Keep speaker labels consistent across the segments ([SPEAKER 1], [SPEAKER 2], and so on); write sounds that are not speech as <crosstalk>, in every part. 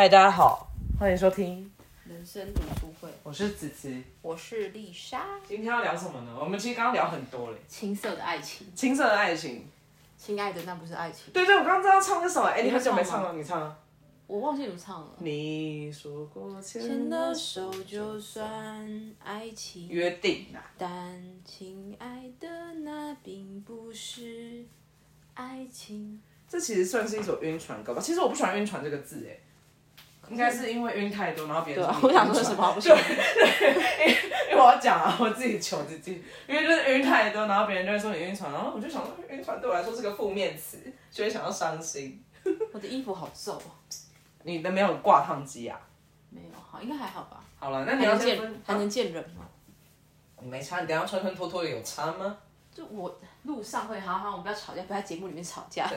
[SPEAKER 1] 嗨，大家好，欢迎收听，
[SPEAKER 2] 人生读书会，
[SPEAKER 1] 我是子琪。
[SPEAKER 2] 我是丽莎。
[SPEAKER 1] 今天要聊什么呢？我们其实刚刚聊很多嘞，
[SPEAKER 2] 青涩的爱情，
[SPEAKER 1] 青涩的爱情。
[SPEAKER 2] 亲爱的，那不是爱情。
[SPEAKER 1] 对对，我刚刚知道唱是什么，哎，你
[SPEAKER 2] 你会
[SPEAKER 1] 很久没
[SPEAKER 2] 唱
[SPEAKER 1] 唱
[SPEAKER 2] 吗
[SPEAKER 1] 了，你唱啊。
[SPEAKER 2] 我忘记怎么唱了。
[SPEAKER 1] 你说过牵
[SPEAKER 2] 牵了手就算爱情，
[SPEAKER 1] 约定啊，
[SPEAKER 2] 但亲爱的，那并不是爱情。
[SPEAKER 1] 这其实算是一首晕船歌吧。其实我不喜欢“晕船”这个字，哎，应该是因为晕太多，然后别人
[SPEAKER 2] 对啊
[SPEAKER 1] 你
[SPEAKER 2] 我想
[SPEAKER 1] 晕
[SPEAKER 2] 说
[SPEAKER 1] 船
[SPEAKER 2] 什么好不
[SPEAKER 1] 对，对因为因为我要讲啊，我自己求自己，因为就是晕太多，然后别人就会说你晕船，然后我就想说晕船对我来说是个负面词，就会想到伤心。
[SPEAKER 2] 我的衣服好皱哦。
[SPEAKER 1] 你的没有挂烫机啊？
[SPEAKER 2] 没有，好，应该还好吧。
[SPEAKER 1] 好了，那
[SPEAKER 2] 还
[SPEAKER 1] 你要
[SPEAKER 2] 能
[SPEAKER 1] 先
[SPEAKER 2] 见
[SPEAKER 1] 分，
[SPEAKER 2] 还能见人吗？
[SPEAKER 1] 你没差，你等一下穿穿脱脱的有差吗？
[SPEAKER 2] 就我路上会，好好，我们不要吵架，不要在节目里面吵架。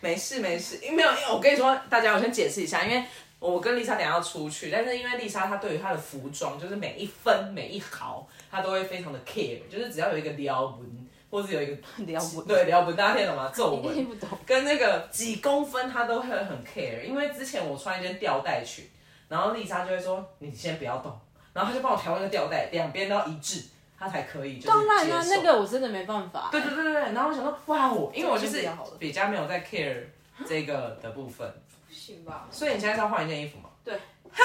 [SPEAKER 1] 没事没事，因为没有，因为我跟你说，大家我先解释一下，因为我跟丽莎等一下要出去，但是因为丽莎她对于她的服装，就是每一分每一毫，她都会非常的 care，就是只要有一个撩纹，或是有一个
[SPEAKER 2] 聊不，
[SPEAKER 1] 对撩纹，大家听得懂吗？皱
[SPEAKER 2] <laughs>
[SPEAKER 1] <laughs>
[SPEAKER 2] 你
[SPEAKER 1] 纹
[SPEAKER 2] 听不懂。
[SPEAKER 1] 跟那个几公分，她都会很 care，因为之前我穿一件吊带裙，然后丽莎就会说你先不要动，然后她就帮我调那个吊带，两边都要一致，她才可以就是
[SPEAKER 2] 当然啦、
[SPEAKER 1] 接受
[SPEAKER 2] 那个我真的没办法。
[SPEAKER 1] 对对对对对，然后我想说，哇，我因为我就是
[SPEAKER 2] 这个就比较好了
[SPEAKER 1] 比较没有在 care 这个的部分，
[SPEAKER 2] 不行吧？
[SPEAKER 1] 所以你现在是要换一件衣服吗？
[SPEAKER 2] <laughs> 对。
[SPEAKER 1] <laughs>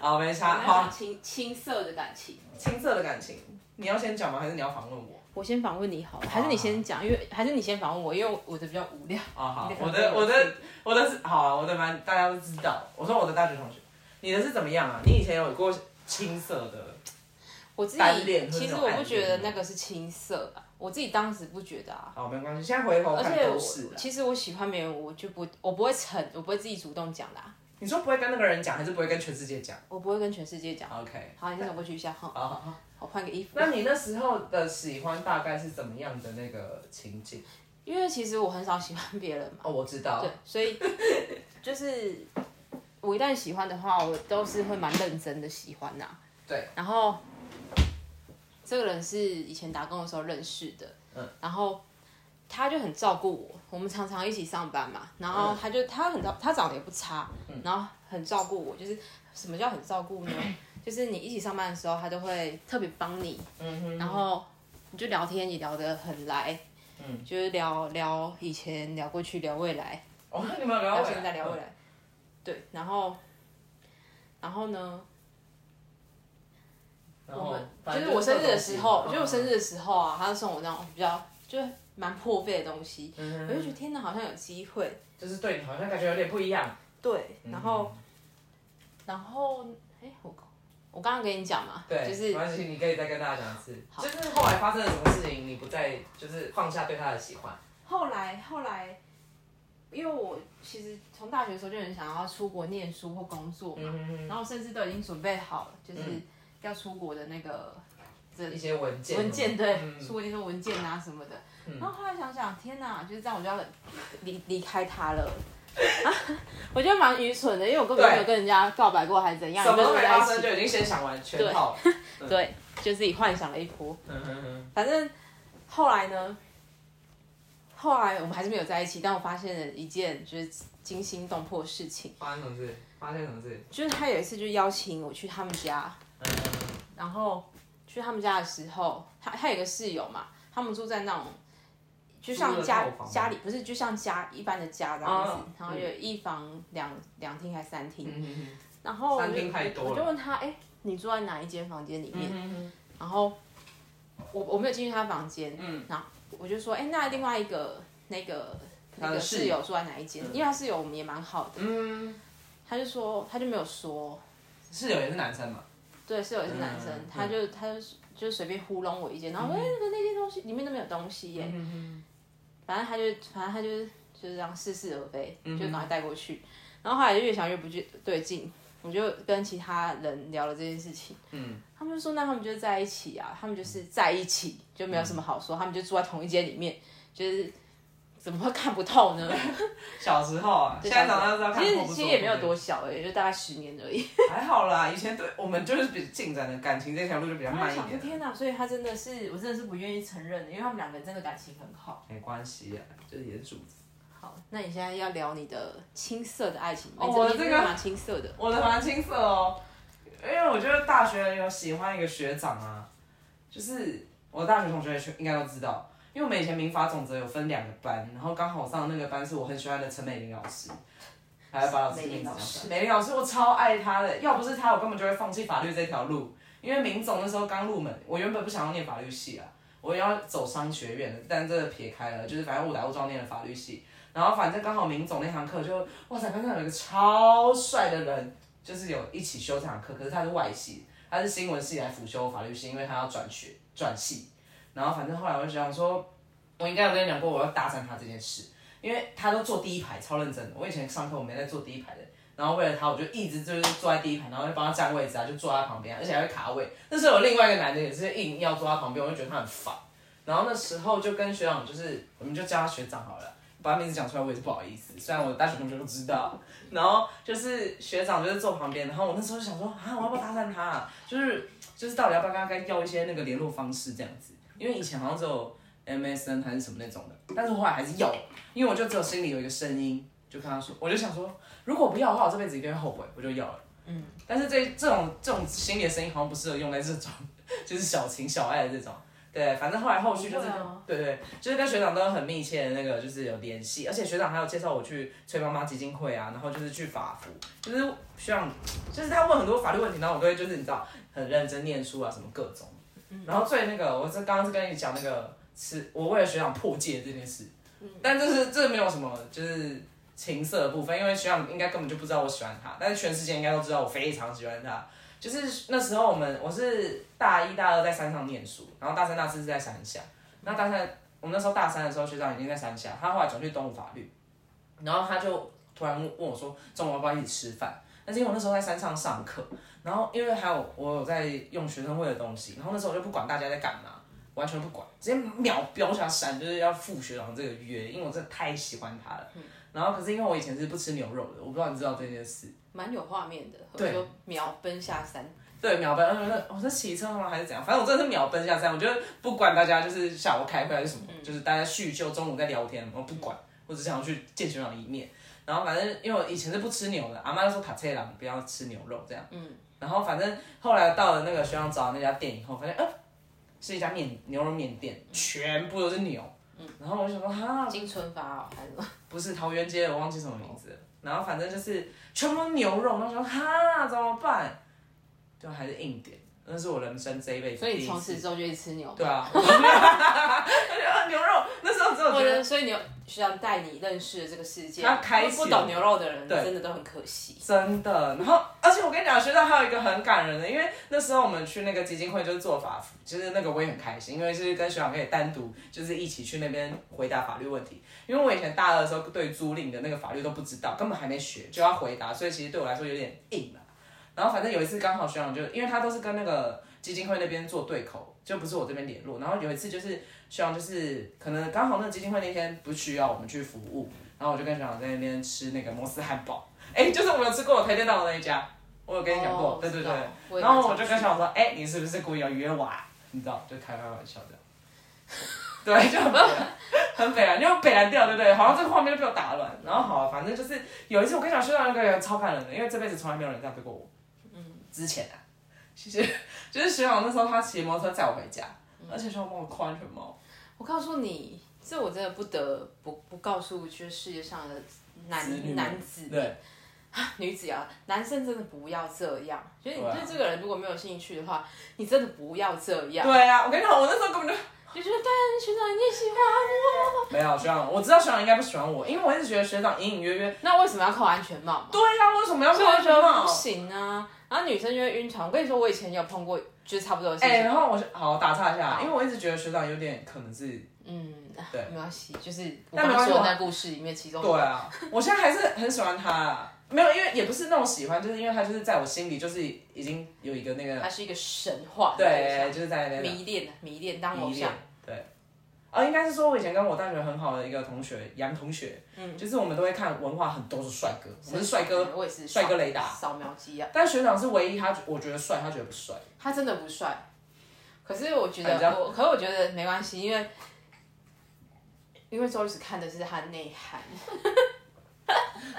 [SPEAKER 1] 好，没
[SPEAKER 2] 我
[SPEAKER 1] 差。
[SPEAKER 2] 们要讲
[SPEAKER 1] 好，
[SPEAKER 2] 青青涩的感情。
[SPEAKER 1] 青涩的感情，你要先讲吗？还是你要访问我？
[SPEAKER 2] 我先访问你
[SPEAKER 1] 啊
[SPEAKER 2] 好了，还是你先讲？因为还是你先访问我，因为我的比较无聊。
[SPEAKER 1] 啊、
[SPEAKER 2] <laughs>
[SPEAKER 1] 好
[SPEAKER 2] 你，
[SPEAKER 1] 我的
[SPEAKER 2] 的访问我
[SPEAKER 1] 我的我的是好啊，我的蛮大家都知道。我说我的大学同学，你的是怎么样啊？你以前有过青涩的？
[SPEAKER 2] 我自
[SPEAKER 1] 单恋或者那
[SPEAKER 2] 己其实
[SPEAKER 1] 种
[SPEAKER 2] 我不觉得那个是青涩吧，我自己当时不觉得啊。
[SPEAKER 1] 好，没关系，现在回头
[SPEAKER 2] 而
[SPEAKER 1] 看
[SPEAKER 2] 且
[SPEAKER 1] 都
[SPEAKER 2] 我
[SPEAKER 1] 是啊。
[SPEAKER 2] 其实我喜欢别人，我就不我不会逞，我不会自己主动讲啦，
[SPEAKER 1] 你说不会跟那个人讲，还是不会跟全世界讲
[SPEAKER 2] 我不会跟全世界讲。
[SPEAKER 1] ？OK。
[SPEAKER 2] 好，你先走过去一下哈，
[SPEAKER 1] 好好好。
[SPEAKER 2] 我换个
[SPEAKER 1] <laughs>
[SPEAKER 2] 衣服。
[SPEAKER 1] 那你那时候的喜欢大概是怎么样的那个情景？
[SPEAKER 2] 因为其实我很少喜欢别人嘛，
[SPEAKER 1] 哦，我知道
[SPEAKER 2] 对，，所以就是我一旦喜欢的话，我都是会蛮认真的喜欢啊呐、
[SPEAKER 1] 对，
[SPEAKER 2] 然后这个人是以前打工的时候认识的，
[SPEAKER 1] 嗯，
[SPEAKER 2] 然后他就很照顾我，我们常常一起上班嘛，
[SPEAKER 1] 嗯
[SPEAKER 2] 然后他就、他很照，他长得也不差，然后很照顾我，就是什么叫很照顾呢？ <coughs> 就是你一起上班的时候，他都会特别帮你，
[SPEAKER 1] 嗯哼，
[SPEAKER 2] 然后你就聊天也聊得很来，嗯，就是聊聊以前，聊过去，聊未来，
[SPEAKER 1] 哦，你们有聊未
[SPEAKER 2] 聊
[SPEAKER 1] 来嗯
[SPEAKER 2] 现在，聊未来，对，然后，然后呢？
[SPEAKER 1] 然
[SPEAKER 2] 我
[SPEAKER 1] 后
[SPEAKER 2] 们就是我生日的时候，
[SPEAKER 1] 嗯
[SPEAKER 2] 就是我生日的时候啊，他就送我那种比较就是蛮破费的东西，
[SPEAKER 1] 嗯
[SPEAKER 2] 我就觉得天哪，好像有机会。
[SPEAKER 1] 就是对你好像感觉有点不一样。
[SPEAKER 2] 对，
[SPEAKER 1] 嗯
[SPEAKER 2] 然后，然后，哎，我我刚刚跟你讲嘛，
[SPEAKER 1] 对，
[SPEAKER 2] 啊就是
[SPEAKER 1] 没关系，你可以再跟大家讲一次，就是后来发生了什么事情，你不再就是放下对他的喜欢。
[SPEAKER 2] 后来后来，因为我其实从大学的时候就很想要出国念书或工作嘛，
[SPEAKER 1] 嗯
[SPEAKER 2] 然后甚至都已经准备好了，就是要出国的那个这
[SPEAKER 1] 一些文件，
[SPEAKER 2] 文件对，
[SPEAKER 1] 嗯
[SPEAKER 2] 出一些文件啊什么的。然后后来想想，天哪，就是这样，我就要离离开他了。 <laughs> 啊我觉得蛮愚蠢的，因为我根本
[SPEAKER 1] 对
[SPEAKER 2] 没有跟人家告白过，还是怎样，
[SPEAKER 1] 什么
[SPEAKER 2] 就
[SPEAKER 1] 都
[SPEAKER 2] 是
[SPEAKER 1] 没
[SPEAKER 2] 在
[SPEAKER 1] 发
[SPEAKER 2] 一
[SPEAKER 1] 生
[SPEAKER 2] 起，
[SPEAKER 1] 就已经先想完全套了。
[SPEAKER 2] 对，就自己幻想了一波。
[SPEAKER 1] 嗯哼哼，
[SPEAKER 2] 反正后来呢，后来我们还是没有在一起，但我发现了一件就是惊心动魄的事情，
[SPEAKER 1] 发生什么事？发生什么事？
[SPEAKER 2] 就是他有一次就邀请我去他们家，
[SPEAKER 1] 嗯
[SPEAKER 2] 然后去他们家的时候，他他有个室友嘛，他们住在那种就
[SPEAKER 1] 租
[SPEAKER 2] 像
[SPEAKER 1] 的
[SPEAKER 2] 家
[SPEAKER 1] 套房吗
[SPEAKER 2] 家里不是就像家一般的家这样子，
[SPEAKER 1] 哦
[SPEAKER 2] 然后有一房两两厅还三厅，
[SPEAKER 1] 嗯哼
[SPEAKER 2] 然后我就
[SPEAKER 1] 三厅太多了嗯
[SPEAKER 2] 我就问他，哎、你住在哪一间房间里面？
[SPEAKER 1] 哼，
[SPEAKER 2] 然后我我没有进去他房间，
[SPEAKER 1] 嗯，
[SPEAKER 2] 然后我就说，哎、那另外一个那个
[SPEAKER 1] 他
[SPEAKER 2] 那
[SPEAKER 1] 的
[SPEAKER 2] 个
[SPEAKER 1] 室
[SPEAKER 2] 室友住在哪一间？
[SPEAKER 1] 嗯
[SPEAKER 2] 因为他室友我们也蛮好的，
[SPEAKER 1] 嗯，
[SPEAKER 2] 他就说他就没有说，
[SPEAKER 1] 室友也是男生嘛？
[SPEAKER 2] 对，室友也是男生，
[SPEAKER 1] 嗯
[SPEAKER 2] 他就他就就随便糊弄我一件，然后我说哎、那个那件东西里面都没有东西耶，
[SPEAKER 1] 嗯
[SPEAKER 2] 反正他就反正他就是就是这样似是而非，
[SPEAKER 1] 嗯
[SPEAKER 2] 就赶快带过去，然后后来就越想越不对对劲，我就跟其他人聊了这件事情，
[SPEAKER 1] 嗯，
[SPEAKER 2] 他们就说那他们就在一起啊，他们就是在一起就没有什么好说，他们就住在同一间里面，就是怎么会看不透呢？
[SPEAKER 1] 小时候啊， <laughs> 现在长大知道看
[SPEAKER 2] 其实
[SPEAKER 1] 透不
[SPEAKER 2] 其
[SPEAKER 1] 说
[SPEAKER 2] 实也没有
[SPEAKER 1] 不
[SPEAKER 2] 多小也就大概十年而已。
[SPEAKER 1] 还好啦，以前对我们就是比进展的感情这条路就比较
[SPEAKER 2] 我
[SPEAKER 1] 慢
[SPEAKER 2] 在想
[SPEAKER 1] 一
[SPEAKER 2] 说
[SPEAKER 1] 点，
[SPEAKER 2] 天哪，所以他真的是，我真的是不愿意承认的，因为他们两个人真的感情很好。
[SPEAKER 1] 没关系啊，就是也是主
[SPEAKER 2] 好，那你现在要聊你的青涩的爱情吗？
[SPEAKER 1] 哦
[SPEAKER 2] 你
[SPEAKER 1] 我
[SPEAKER 2] 你
[SPEAKER 1] 这个
[SPEAKER 2] 真的蛮青涩的。
[SPEAKER 1] 我的蛮青涩哦，因为我觉得大学有喜欢一个学长啊，就是我的大学同学应该都知道，因为我们以前民法总则有分两个班，然后刚好上的那个班是我很喜欢的陈美玲老师，还要把老师名字讲出来。美玲老师，我超爱她的，要不是她，我根本就会放弃法律这条路，因为民总那时候刚入门，我原本不想要念法律系啊。我要走商学院的，但这个撇开了，就是反正误打误撞念了法律系，然后反正刚好民总那堂课就，哇塞，班上有一个超帅的人，就是有一起修这堂课，可是他是外系，他是新闻系来辅修法律系，因为他要转学转系。然后反正后来我就想说，嗯我应该有跟你讲过我要搭讪他这件事，因为他都坐第一排，超认真的。我以前上课我没在坐第一排的，然后为了他我就一直就是坐在第一排，然后就帮他占位置啊，就坐在他旁边啊、而且还会卡位。那时候有另外一个男的也是硬要坐他旁边，我就觉得他很烦。然后那时候就跟学长就是，我们就叫他学长好了。把他名字讲出来，我也是不好意思。虽然我大学同学都知道，然后就是学长就是坐旁边，然后我那时候就想说啊，我要不要搭讪他、啊？就是就是到底要不要跟他要一些那个联络方式这样子？因为以前好像只有 MSN 还是什么那种的，但是后来还是要，因为我就只有心里有一个声音，就跟他说，我就想说，如果不要的话，我这辈子一定会后悔，我就要了。嗯，但是这这种这种心里的声音好像不适合用在这种， <laughs> 就是小情小爱的这种。对，反正后来后续就是
[SPEAKER 2] 不会啊
[SPEAKER 1] 对对，就是跟学长都很密切的那个，就是有联系，而且学长还有介绍我去崔妈妈基金会啊，然后就是去法服，就是学长，就是他问很多法律问题，然后我都会就是你知道很认真念书啊，什么各种。然后最那个，我是刚刚是跟你讲那个吃，我为了学长破戒这件事，但这是这没有什么就是情色的部分，因为学长应该根本就不知道我喜欢他，但是全世界应该都知道我非常喜欢他。就是那时候我们我是大一大二在山上念书，然后大三大四是在山下。那大三我们那时候大三的时候，学长已经在山下，他后来转去东吴法律，然后他就突然问问我说，中午要不要一起吃饭？但是因为我那时候在山上上课，然后因为还有我有在用学生会的东西，然后那时候我就不管大家在干嘛，完全不管，直接秒飙下山，就是要赴学长这个约，因为我真的太喜欢他了。然后可是因为我以前是不吃牛肉的，我不知道你知道这件事。
[SPEAKER 2] 蛮有画面的，我
[SPEAKER 1] 对
[SPEAKER 2] 就秒奔下山。
[SPEAKER 1] 对，秒奔，嗯，那我是骑车吗？还是怎样？反正我真的是秒奔下山，我觉得不管大家就是下午开会还是什么，就是大家叙旧，中午在聊天，我不管，我只想要去见学长一面。然后反正因为我以前是不吃牛的，阿妈就说塔切郎不要吃牛肉这样。嗯。然后反正后来到了那个学长找的那家店以后，发现呃是一家面牛肉面店，全部都是牛。然后我就想说哈，
[SPEAKER 2] 金春发哦，还是什么
[SPEAKER 1] 不是桃园街的，我忘记什么名字了。然后反正就是全部都牛肉，然后说哈怎么办？就还是硬点，那是我人生这一辈子
[SPEAKER 2] 所以
[SPEAKER 1] 第
[SPEAKER 2] 你
[SPEAKER 1] 一
[SPEAKER 2] 从
[SPEAKER 1] 次
[SPEAKER 2] 此之后就一直吃牛。
[SPEAKER 1] 对啊，我 <laughs> 就觉得牛肉那时候只有
[SPEAKER 2] 我
[SPEAKER 1] 觉
[SPEAKER 2] 觉
[SPEAKER 1] 得
[SPEAKER 2] 得，所以牛学长带你认识了这个世界，
[SPEAKER 1] 他开启
[SPEAKER 2] 不懂牛肉的人
[SPEAKER 1] 对
[SPEAKER 2] 真的都很可惜。
[SPEAKER 1] 真的。然后，而且我跟你讲，学长还有一个很感人的，因为那时候我们去那个基金会就是做法服，其实那个我也很开心，因为就是跟学长可以单独就是一起去那边回答法律问题。因为我以前大二的时候对租赁的那个法律都不知道，根本还没学就要回答，所以其实对我来说有点硬了。然后反正有一次刚好学长就，因为他都是跟那个基金会那边做对口，就不是我这边联络。然后有一次就是学长就是可能刚好那个基金会那天不需要我们去服务，然后我就跟学长在那边吃那个摩斯汉堡，哎，就是我们有吃过我推荐到的那一家，我有跟你讲过，
[SPEAKER 2] 嗯哦
[SPEAKER 1] 对对
[SPEAKER 2] 知
[SPEAKER 1] 对
[SPEAKER 2] 道。我也
[SPEAKER 1] 然后
[SPEAKER 2] 蛮
[SPEAKER 1] 我就
[SPEAKER 2] 常
[SPEAKER 1] 跟
[SPEAKER 2] 去
[SPEAKER 1] 小说，哎、你是不是故意要约我啊？你知道，就开开玩笑这样。 <laughs> 对，就很北蓝很北蓝，就北蓝调，对不对？好像这个画面就被我打乱。然后好、啊，反正就是有一次我跟小薛那个人超感人的，因为这辈子从来没有人这样对过我。嗯，之前啊，其实 <laughs> 就是学长那时候他骑摩托车载我回家，
[SPEAKER 2] 嗯
[SPEAKER 1] 而且学长帮我扣安全帽。
[SPEAKER 2] 我告诉你，这我真的不得不不告诉，就是世界上的
[SPEAKER 1] 子女
[SPEAKER 2] 男男子
[SPEAKER 1] 对，
[SPEAKER 2] 女子啊，男生真的不要这样。就是你
[SPEAKER 1] 对啊
[SPEAKER 2] 对这个人如果没有兴趣的话，你真的不要这 <laughs> 样。
[SPEAKER 1] 对啊，我跟你讲，我那时候根本就
[SPEAKER 2] 就觉得当然学长你也喜欢我，
[SPEAKER 1] 没有学长，我知道学长应该不喜欢我，因为我一直觉得学长隐隐约约。
[SPEAKER 2] <laughs> 那为什么要扣安全帽嘛？
[SPEAKER 1] 对呀、啊，为什么要
[SPEAKER 2] 所
[SPEAKER 1] 扣
[SPEAKER 2] 以我
[SPEAKER 1] 安
[SPEAKER 2] 就
[SPEAKER 1] 全
[SPEAKER 2] 觉得
[SPEAKER 1] 帽
[SPEAKER 2] 不？行啊。然后女生就会晕船。我跟你说，我以前有碰过，就是差不多的事情。
[SPEAKER 1] 哎、然后我就好打岔一下，因为我一直觉得学长有点可能是
[SPEAKER 2] 嗯，
[SPEAKER 1] 对
[SPEAKER 2] 没关系，就是我
[SPEAKER 1] 但没关
[SPEAKER 2] 刚刚
[SPEAKER 1] 系
[SPEAKER 2] 说的
[SPEAKER 1] 我
[SPEAKER 2] 那故事里面，其中
[SPEAKER 1] 对啊，我现在还是很喜欢他啦。没有，因为也不是那种喜欢，就是因为他就是在我心里就是已经有一个那
[SPEAKER 2] 它
[SPEAKER 1] 个
[SPEAKER 2] 是一个神话的
[SPEAKER 1] 对，
[SPEAKER 2] 偶
[SPEAKER 1] 就是在那
[SPEAKER 2] 像，
[SPEAKER 1] 边
[SPEAKER 2] 迷恋啊迷恋当偶
[SPEAKER 1] 迷恋
[SPEAKER 2] 像，
[SPEAKER 1] 对。啊，应该是说，我以前跟我大学很好的一个同学杨同学，嗯，就是我们都会看文化很都是帅哥，我们是帅哥，
[SPEAKER 2] 嗯我也是
[SPEAKER 1] 帅哥雷达
[SPEAKER 2] 扫描机啊，
[SPEAKER 1] 但学长是唯一他我觉得帅，他觉得不帅。
[SPEAKER 2] 他真的不帅，可是我觉
[SPEAKER 1] 哎
[SPEAKER 2] 得
[SPEAKER 1] 你这样
[SPEAKER 2] 我，可是我觉得没关系，因为因为周律师看的是他的内涵，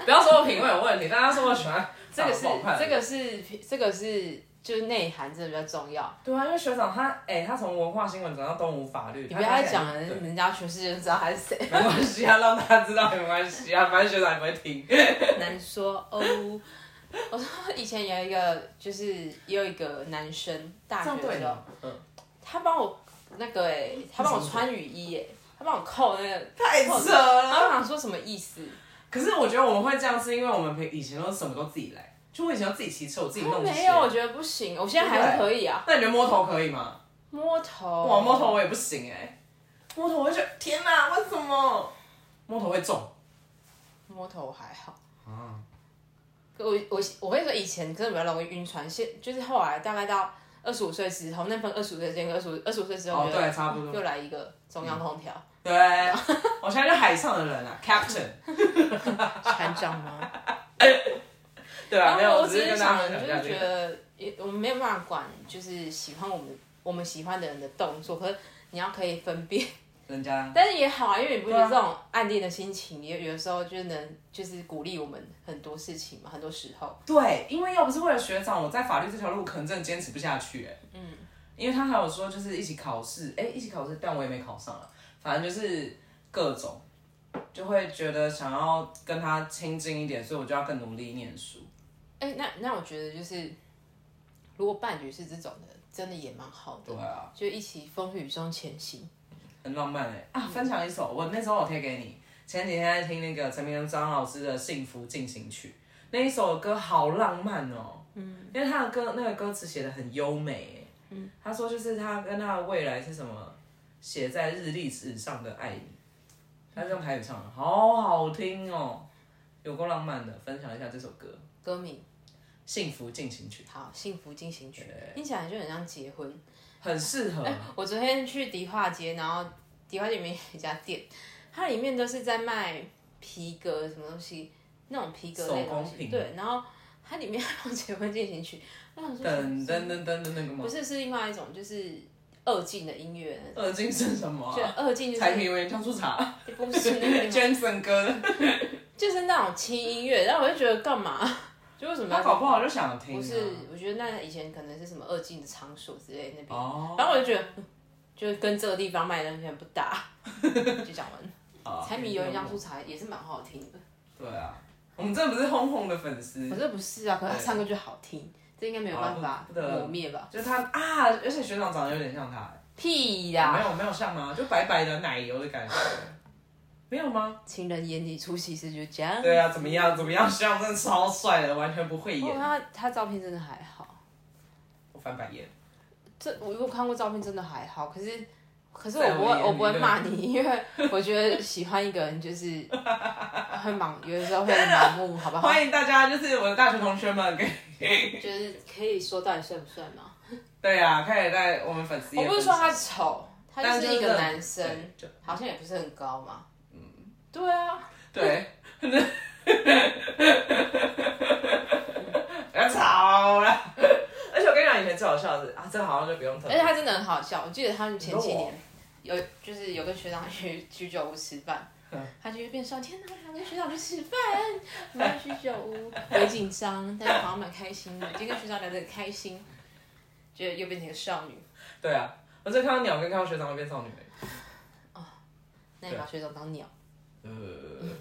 [SPEAKER 1] 不要说我品味有问题，大家说我喜欢
[SPEAKER 2] <laughs> 这个是
[SPEAKER 1] 长得不好看的
[SPEAKER 2] 这个是这个是就是内涵真的比较重要。
[SPEAKER 1] 对啊，因为学长他哎、他从文化新闻转到东吴法律，
[SPEAKER 2] 你
[SPEAKER 1] 你
[SPEAKER 2] 不要再讲了，人家全世界都知道他是
[SPEAKER 1] <laughs>
[SPEAKER 2] 谁，
[SPEAKER 1] 没关系啊，让大家知道没关系啊，反正学长也不会听。
[SPEAKER 2] 难说哦。 <laughs> 我说以前有一个，就是也有一个男生，大学的时候，
[SPEAKER 1] <laughs> 嗯，
[SPEAKER 2] 他帮我那个哎、他帮我穿雨衣哎、他帮我扣那个，
[SPEAKER 1] 太扯
[SPEAKER 2] 然后
[SPEAKER 1] 了。
[SPEAKER 2] 我想说什么意思？
[SPEAKER 1] 可是我觉得我们会这样，是因为我们平以前都什么都自己来，就我以前都自己骑车，我自己弄这些
[SPEAKER 2] 没有，我觉得不行，我现在还是可以啊。
[SPEAKER 1] 那你觉得摸头可以吗？
[SPEAKER 2] 摸头，
[SPEAKER 1] 哇，哦摸头，我也不行哎、摸头我就觉得天哪、为什么？摸头会中。
[SPEAKER 2] 摸头还好。
[SPEAKER 1] 啊，
[SPEAKER 2] 我我我会说以前真的比较容易晕船，现就是后来大概到二十五岁之后，那份二十五岁间跟二十五二十五岁之
[SPEAKER 1] 哦
[SPEAKER 2] 后，我觉
[SPEAKER 1] 对，
[SPEAKER 2] 得
[SPEAKER 1] 差不多。
[SPEAKER 2] 又来一个中央空调，
[SPEAKER 1] 对，我现在是海上的人啊，Captain。
[SPEAKER 2] 船长吗？
[SPEAKER 1] <laughs> 对啊，没
[SPEAKER 2] 然
[SPEAKER 1] 有，
[SPEAKER 2] 后
[SPEAKER 1] 我
[SPEAKER 2] 我只
[SPEAKER 1] 是
[SPEAKER 2] 是
[SPEAKER 1] 跟大
[SPEAKER 2] 想
[SPEAKER 1] 家，
[SPEAKER 2] 就
[SPEAKER 1] 分享一下
[SPEAKER 2] 是
[SPEAKER 1] 这
[SPEAKER 2] 觉
[SPEAKER 1] 个。
[SPEAKER 2] 得也我们没有办法管，就是喜欢我们我们喜欢的人的动作，可是你要可以
[SPEAKER 1] <laughs>
[SPEAKER 2] 分辨，
[SPEAKER 1] 人家
[SPEAKER 2] 但是也好啊，因为你不觉
[SPEAKER 1] 对
[SPEAKER 2] 得
[SPEAKER 1] 啊
[SPEAKER 2] 这种暗恋的心情，也有的时候就是能就是鼓励我们很多事情嘛，很多时候。
[SPEAKER 1] 对，因为要不是为了学长，我在法律这条路可能真的坚持不下去哎、嗯，因为他还有说就是一起考试，哎、一起考试，但我也没考上啊。反正就是各种，就会觉得想要跟他亲近一点，所以我就要更努力念书。
[SPEAKER 2] 哎、那那我觉得就是，如果伴侣是这种的，真的也蛮好的
[SPEAKER 1] 对，啊。
[SPEAKER 2] 就一起风雨中前行。
[SPEAKER 1] 很浪漫哎、啊！分享一首，我那时候我贴给你。前几天在听那个陈明章老师的《幸福进行曲》，那一首歌好浪漫哦、嗯，因为他的歌那个歌词写的很优美、欸。嗯，他说就是他跟他的未来是什么，写在日历纸上的爱你。他是用台语唱的，好好听哦、有够浪漫的。分享一下这首歌《
[SPEAKER 2] 歌名
[SPEAKER 1] 幸福进行曲
[SPEAKER 2] 好，《幸福进行曲》听起来就很像结婚。》，
[SPEAKER 1] 很适合。
[SPEAKER 2] 我昨天去迪化街，然后迪化街里面有一家店，它里面都是在卖皮革什么东西，那种皮革类的东
[SPEAKER 1] 手工
[SPEAKER 2] 西。
[SPEAKER 1] 品
[SPEAKER 2] 对，然后它里面还放《结婚进行曲》，我想说
[SPEAKER 1] 噔噔噔噔噔那个吗
[SPEAKER 2] 不？是是另外一种，就是二进的音乐，
[SPEAKER 1] 二进是什么、
[SPEAKER 2] 就
[SPEAKER 1] 啊？
[SPEAKER 2] 二进就
[SPEAKER 1] 柴米
[SPEAKER 2] 是
[SPEAKER 1] 油盐酱醋茶。
[SPEAKER 2] <laughs> 不是那个
[SPEAKER 1] Jensen 哥，
[SPEAKER 2] 就是那种轻音乐，然后我就觉得干嘛？ <laughs> 就为什么
[SPEAKER 1] 他
[SPEAKER 2] 要？
[SPEAKER 1] 搞不好就想听、啊。
[SPEAKER 2] 不是，我觉得那以前可能是什么二进的场所之类的那边，
[SPEAKER 1] 哦，
[SPEAKER 2] 然后我就觉得，嗯就是跟这个地方卖的东西很不
[SPEAKER 1] <laughs>
[SPEAKER 2] 搭，就讲完了。
[SPEAKER 1] 啊
[SPEAKER 2] 柴米油盐酱醋茶也是蛮好听的，
[SPEAKER 1] 对啊，我们真的不是轰轰的粉丝
[SPEAKER 2] 可，是不是啊？可是他唱歌就好听，这应该没有办
[SPEAKER 1] 嗯啊
[SPEAKER 2] 法
[SPEAKER 1] 不不得
[SPEAKER 2] 抹灭吧？
[SPEAKER 1] 就是他啊，而且学长长得有点像他、
[SPEAKER 2] 屁
[SPEAKER 1] 没
[SPEAKER 2] 呀！
[SPEAKER 1] 有没有像吗？就白白的奶油的
[SPEAKER 2] <laughs>
[SPEAKER 1] 感觉，没有吗？
[SPEAKER 2] 情人眼里出西施就这样。
[SPEAKER 1] 对啊，怎么样怎么样，像真的超帅的，完全不会
[SPEAKER 2] 哦，
[SPEAKER 1] 演，
[SPEAKER 2] 他他照片真的还好，
[SPEAKER 1] 我翻白眼。
[SPEAKER 2] 这我有看过照片，真的还好。可是可是我
[SPEAKER 1] 在我
[SPEAKER 2] 不会
[SPEAKER 1] 眼里
[SPEAKER 2] 我不会骂你，因为我觉得喜欢一个人就是 <laughs> 会盲，有的时候会盲目，好不好？
[SPEAKER 1] 欢迎大家，就是我的大学同学们，给
[SPEAKER 2] 就是可以说到底算不算嘛？
[SPEAKER 1] 对啊，可以在我们粉丝页
[SPEAKER 2] 我
[SPEAKER 1] 分享。
[SPEAKER 2] 不是说他丑，他
[SPEAKER 1] 但
[SPEAKER 2] 就是一
[SPEAKER 1] 真
[SPEAKER 2] 个
[SPEAKER 1] 的
[SPEAKER 2] 男生，
[SPEAKER 1] 对就
[SPEAKER 2] 好像也不是很高嘛。嗯，对啊。
[SPEAKER 1] <laughs> 对，不要吵了。而且我跟你讲，以前最好笑的是啊，这好像就不用特
[SPEAKER 2] 而且
[SPEAKER 1] 别。
[SPEAKER 2] 他真的很好笑，我记得他们前几
[SPEAKER 1] 你说
[SPEAKER 2] 年
[SPEAKER 1] 我
[SPEAKER 2] 有就是有跟学长去居酒屋吃饭，
[SPEAKER 1] 嗯
[SPEAKER 2] 他就会变说天哪，我想跟学长去吃饭，我们要去居酒屋，我也紧张，但是好像蛮开心的，今天跟学长聊得很开心，觉得又变成一个少女。
[SPEAKER 1] 对啊，我只看到鸟跟看到学长会变少女而已。
[SPEAKER 2] 那你把学长当鸟，
[SPEAKER 1] 呃，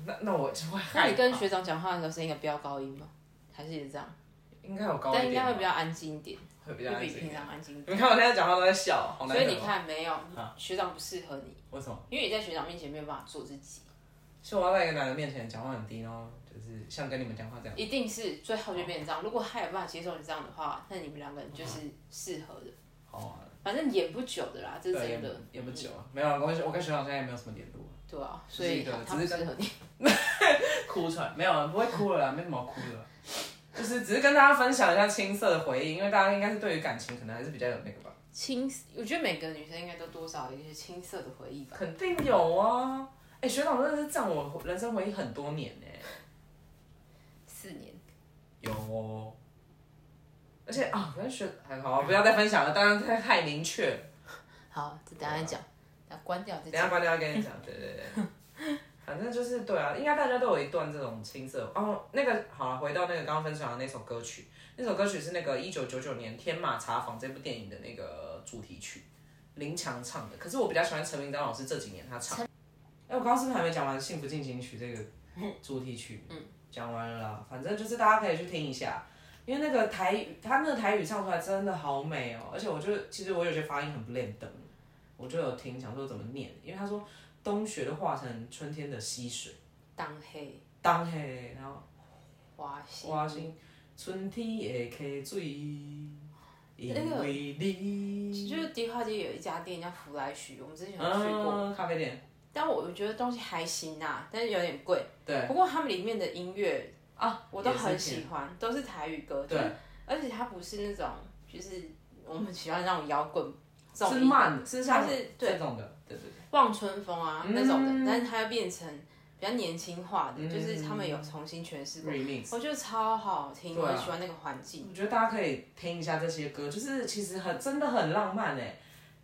[SPEAKER 1] 那那我就会
[SPEAKER 2] 嗯那
[SPEAKER 1] 害
[SPEAKER 2] 你
[SPEAKER 1] 怕。
[SPEAKER 2] 跟学长讲话的时候声音有飙高音吗？还是也这样？
[SPEAKER 1] 应该有高一
[SPEAKER 2] 但
[SPEAKER 1] 点，
[SPEAKER 2] 应该会比较安静一点，
[SPEAKER 1] 会比较
[SPEAKER 2] 会
[SPEAKER 1] 安
[SPEAKER 2] 比
[SPEAKER 1] 静
[SPEAKER 2] 平。常安静一
[SPEAKER 1] 你
[SPEAKER 2] 点。
[SPEAKER 1] 们看我现在讲话都在笑，好难
[SPEAKER 2] 所
[SPEAKER 1] 得
[SPEAKER 2] 以
[SPEAKER 1] 哦
[SPEAKER 2] 你，看没有，学长不适合你，
[SPEAKER 1] 为什么？
[SPEAKER 2] 因为你在学长面前没有办法做自己，
[SPEAKER 1] 是我要在一个男的面前讲话很低，然后就是像跟你们讲话这样。
[SPEAKER 2] 一定是最后就变成这
[SPEAKER 1] 哦
[SPEAKER 2] 样。如果他有办法接受你这样的话，那你们两个人就是适合的，
[SPEAKER 1] 好啊，
[SPEAKER 2] 反正演不久的啦，这是
[SPEAKER 1] 对，也
[SPEAKER 2] 真
[SPEAKER 1] 不
[SPEAKER 2] 的。
[SPEAKER 1] 也不久啊，没有啊，我跟我跟学长现在也没有什么联络啊，
[SPEAKER 2] 对啊，
[SPEAKER 1] 只
[SPEAKER 2] 所
[SPEAKER 1] 是
[SPEAKER 2] 以
[SPEAKER 1] 一个
[SPEAKER 2] 他他不
[SPEAKER 1] 只是
[SPEAKER 2] 适合你。
[SPEAKER 1] <laughs> 哭出来没有啊，不会哭了啦，没什么好哭的啦。就是只是跟大家分享一下青涩的回忆，因为大家应该是对于感情可能还是比较有那个吧。
[SPEAKER 2] 青，我觉得每个女生应该都多少有一些青涩的回忆吧。
[SPEAKER 1] 肯定有啊，哎、学长真的是占我人生回忆很多年呢、
[SPEAKER 2] 四年，
[SPEAKER 1] 有哦。而且啊，反正学还好，不要再分享了，当然太太明确了。
[SPEAKER 2] 好，这等一下再讲，那关掉再
[SPEAKER 1] 等一下
[SPEAKER 2] 讲。
[SPEAKER 1] 关掉要跟你讲，对对对。 <laughs> 反正就是对啊，应该大家都有一段这种青涩哦。那个好了，回到那个刚刚分享的那首歌曲，那首歌曲是那个一九九九年《天马茶坊》这部电影的那个主题曲，林强唱的。可是我比较喜欢陈明章老师这几年他唱。哎、我刚刚是不是还没讲完《幸福进行曲》这
[SPEAKER 2] <laughs>
[SPEAKER 1] 个主题曲？嗯，讲完了啦。反正就是大家可以去听一下，因为那个台语，他那个台语唱出来真的好美哦、而且我就其实我有些发音很不练登，我就有听想说怎么念，因为他说冬雪都化成春天的溪水，
[SPEAKER 2] 当黑
[SPEAKER 1] 当嘿，然后
[SPEAKER 2] 花心，
[SPEAKER 1] 花心，春天的溪水，因
[SPEAKER 2] 那个
[SPEAKER 1] 为你。
[SPEAKER 2] 就是迪化街有一家店叫福来许，我们之前有去过，
[SPEAKER 1] 嗯，咖啡店，
[SPEAKER 2] 但我觉得东西还行啊，但是有点贵。
[SPEAKER 1] 对
[SPEAKER 2] 不过他们里面的音乐
[SPEAKER 1] 啊
[SPEAKER 2] 我都很喜欢，都是台语歌，
[SPEAKER 1] 对，
[SPEAKER 2] 而且它不是那种就是我们喜欢那种摇滚这种
[SPEAKER 1] 是
[SPEAKER 2] 音乐
[SPEAKER 1] 慢，是像
[SPEAKER 2] 它是对
[SPEAKER 1] 这种的，对对对，
[SPEAKER 2] 望春风啊那种的，
[SPEAKER 1] 嗯
[SPEAKER 2] 但是它又变成比较年轻化的，就是他们有重新诠释过，
[SPEAKER 1] 嗯 remix。
[SPEAKER 2] 我觉得超好听，
[SPEAKER 1] 对
[SPEAKER 2] 我
[SPEAKER 1] 啊
[SPEAKER 2] 很喜欢那个环境。
[SPEAKER 1] 我觉得大家可以听一下这些歌，就是其实很真的很浪漫哎、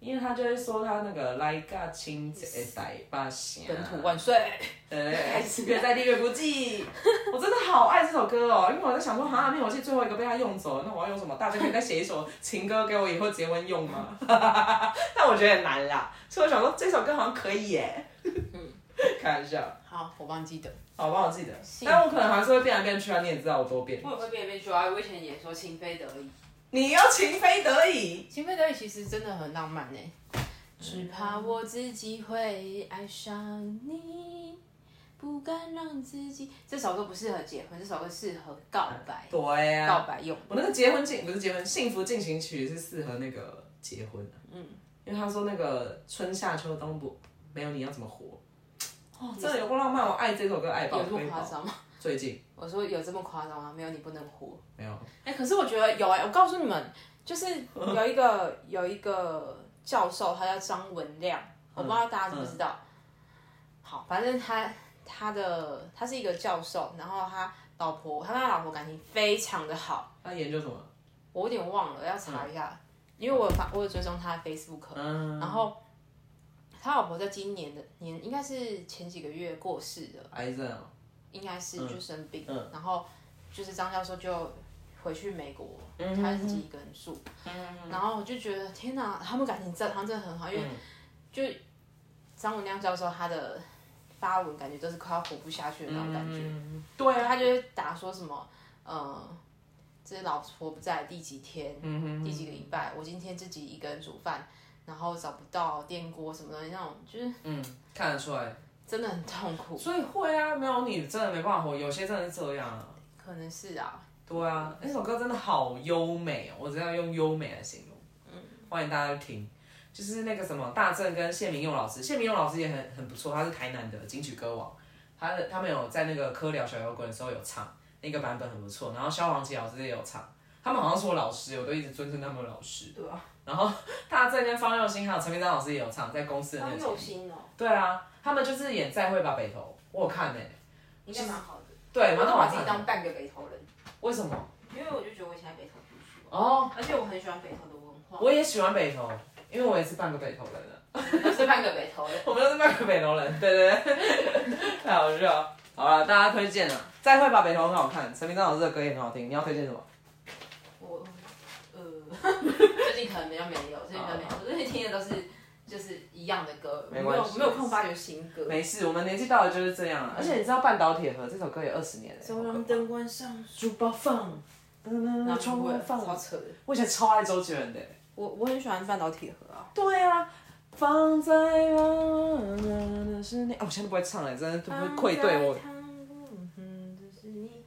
[SPEAKER 1] 因为他就会说他那个来个亲切的台巴声，
[SPEAKER 2] 本土万岁！
[SPEAKER 1] <laughs> 对，越哎在地越不济。 <laughs> 我真的好爱这首歌哦，因为我在想说，哈，灭火器最后一个被他用走了，那我要用什么？大家可以再写一首情歌给我以后结婚用吗？ <laughs> 但我觉得很难啦，所以我想说这首歌好像可以耶。开玩笑，
[SPEAKER 2] 好，我忘记得。
[SPEAKER 1] 好，我帮我记得，但我可能还是会变来变去啊，你也知道我多变。
[SPEAKER 2] 我也会变来变去啊！我以前也说情非得已，
[SPEAKER 1] 你要情非得已，
[SPEAKER 2] 情非得已其实真的很浪漫呢、欸只怕我自己会爱上你，不敢让自己。这首歌不适合结婚，这首歌适合告白，
[SPEAKER 1] 对呀、
[SPEAKER 2] 告白用。
[SPEAKER 1] 我那个结婚进不是结婚，幸福进行曲是适合那个结婚、嗯，因为他说那个春夏秋冬不没有你要怎么活，哦，真的有够浪漫，我爱这首歌爱爆
[SPEAKER 2] 有这
[SPEAKER 1] 推
[SPEAKER 2] 么夸
[SPEAKER 1] 爆。
[SPEAKER 2] 张吗？
[SPEAKER 1] 最近
[SPEAKER 2] 我说有这么夸张吗？没有你不能活。
[SPEAKER 1] 没有，
[SPEAKER 2] 哎、可是我觉得有哎、我告诉你们，就是有一个有一个教授，他叫张文亮，我不知道大家知不知道。好，反正他他的他是一个教授，然后他老婆他跟他老婆感情非常的好，
[SPEAKER 1] 他研究什么？
[SPEAKER 2] 我有点忘了要查一下，因为我有发我有追踪他的 Facebook，、
[SPEAKER 1] 嗯，
[SPEAKER 2] 然后他老婆在今年的年应该是前几个月过世的，
[SPEAKER 1] 癌症哦，
[SPEAKER 2] 应该是就生病，然后就是张教授就回去美国，
[SPEAKER 1] 嗯
[SPEAKER 2] 他自己一个人住，然后我就觉得天哪，他们感情真的好像真的很好，因
[SPEAKER 1] 嗯
[SPEAKER 2] 为就张文亮教授他的发文感觉都是快要活不下去的那种感觉，
[SPEAKER 1] 嗯对啊，
[SPEAKER 2] 他就会打说什么，呃，这是老婆不在第几天，
[SPEAKER 1] 嗯
[SPEAKER 2] 第几个礼拜，我今天自己一个人煮饭，然后找不到电锅什么的那种，就是
[SPEAKER 1] 嗯，看得出来，
[SPEAKER 2] 真的很痛苦，
[SPEAKER 1] 所以会啊，没有你真的没办法活，有些真的是这样啊，
[SPEAKER 2] 可能是啊，
[SPEAKER 1] 对啊，那首歌真的好优美哦，我只要用优美来形容。
[SPEAKER 2] 嗯
[SPEAKER 1] 欢迎大家去听，就是那个什么大正跟谢明勇老师，谢明勇老师也很很不错，他是台南的金曲歌王，他的他们有在那个科聊小摇滚的时候有唱那个版本很不错，然后萧煌奇老师也有唱，他们好像是我老师，我都一直尊称他们为老师。
[SPEAKER 2] 对啊，
[SPEAKER 1] 然后大正跟方佑兴还有陈明章老师也有唱，在公司的那个，
[SPEAKER 2] 心哦，
[SPEAKER 1] 对啊，他们就是演再会吧北投，我有看呢、欸
[SPEAKER 2] 应该蛮好的，
[SPEAKER 1] 对，马上晚
[SPEAKER 2] 自己
[SPEAKER 1] 上，
[SPEAKER 2] 当半个北投人，
[SPEAKER 1] 为什么？
[SPEAKER 2] 因为我就觉得我以前在北投读书，
[SPEAKER 1] 哦，
[SPEAKER 2] 而且我很喜欢北投的文化，
[SPEAKER 1] 我也喜欢北投，因为我也是半个北投人啊。 <laughs>
[SPEAKER 2] 我是半个北投人。
[SPEAKER 1] 我们都是半个北投人，对对对，太好笑了。好了，大家推荐了，再会吧，北投很好看，陈明章老师的歌也很好听。你要推荐什么？
[SPEAKER 2] 我呃，最近可能比较没有，最近比较没有，我最近听的都是就是一样的歌，
[SPEAKER 1] 没关系
[SPEAKER 2] 没有没有空发掘新歌。
[SPEAKER 1] 没事，我们年纪到了就是这样啊嗯了。而且你知道《半岛铁盒》这首歌有二十年了、欸，好可怕
[SPEAKER 2] 灯关上，
[SPEAKER 1] 书包放，
[SPEAKER 2] 然
[SPEAKER 1] 噔
[SPEAKER 2] 后
[SPEAKER 1] 窗户放，
[SPEAKER 2] 超扯的。
[SPEAKER 1] 我以前超爱周杰伦的欸、
[SPEAKER 2] 我我很喜欢半导体盒啊，
[SPEAKER 1] 对啊，放在我的是你，哦，我现在都不会唱了、真的都不会愧对我。
[SPEAKER 2] 嗯，就是你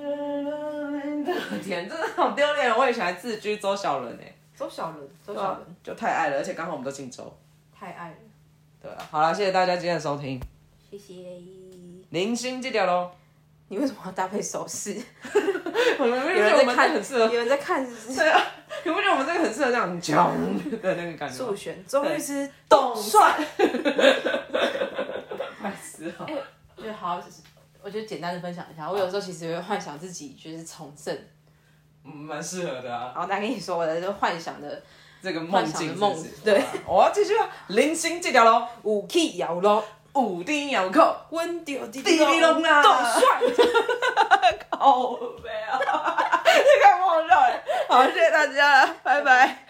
[SPEAKER 1] 我的 <laughs> 天，真的好丢脸！我以前还自居周小伦哎、
[SPEAKER 2] 周小伦，周
[SPEAKER 1] 周
[SPEAKER 2] 小伦
[SPEAKER 1] 就太爱了，而且刚好我们都姓周。
[SPEAKER 2] 太爱了，
[SPEAKER 1] 对啊，好了，谢谢大家今天的收听，
[SPEAKER 2] 谢谢。
[SPEAKER 1] 零星这条喽。
[SPEAKER 2] 你为什么要搭配手势？
[SPEAKER 1] 我们有
[SPEAKER 2] 有人在看，
[SPEAKER 1] 很适合，
[SPEAKER 2] 有人在看，是不是
[SPEAKER 1] 对啊，你不觉得我们这个很适合这样讲的那个感觉
[SPEAKER 2] 数
[SPEAKER 1] 吗？
[SPEAKER 2] 学终于是
[SPEAKER 1] 懂
[SPEAKER 2] 算。 <laughs>
[SPEAKER 1] 快死了！
[SPEAKER 2] 哦就好，我就简单的分享一下。我有时候其实会幻想自己就是从政，
[SPEAKER 1] 嗯蛮适合的啊，
[SPEAKER 2] 然后再跟你说我的这个幻想的
[SPEAKER 1] 这个梦境
[SPEAKER 2] 幻想的梦
[SPEAKER 1] 是不是
[SPEAKER 2] 对
[SPEAKER 1] 啊好吧我要继续啊，零星这条喽。
[SPEAKER 2] 武器摇咯。
[SPEAKER 1] 五丁遥控，
[SPEAKER 2] 温丢滴
[SPEAKER 1] 滴滴隆啦，
[SPEAKER 2] 动 <laughs> 帅，
[SPEAKER 1] 哦 <laughs> 好悲啊！这个忘了，好，谢谢大家了，拜拜。